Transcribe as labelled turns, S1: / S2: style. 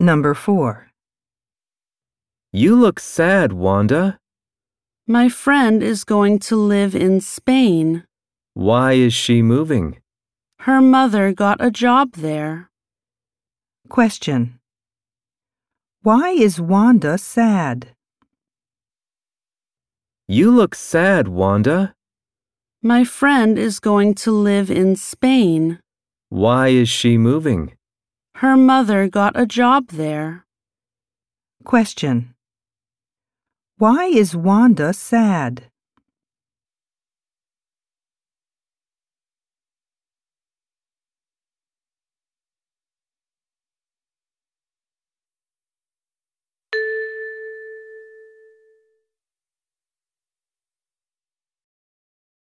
S1: Number 4.
S2: You look sad, Wanda.
S3: My friend is going to live in Spain.
S2: Why is she moving?
S3: Her mother got a job there.
S1: Question. Why is Wanda sad?
S2: You look sad, Wanda.
S3: My friend is going to live in Spain.
S2: Why is she moving?
S3: Her mother got a job there.
S1: Question. Why is Wanda sad?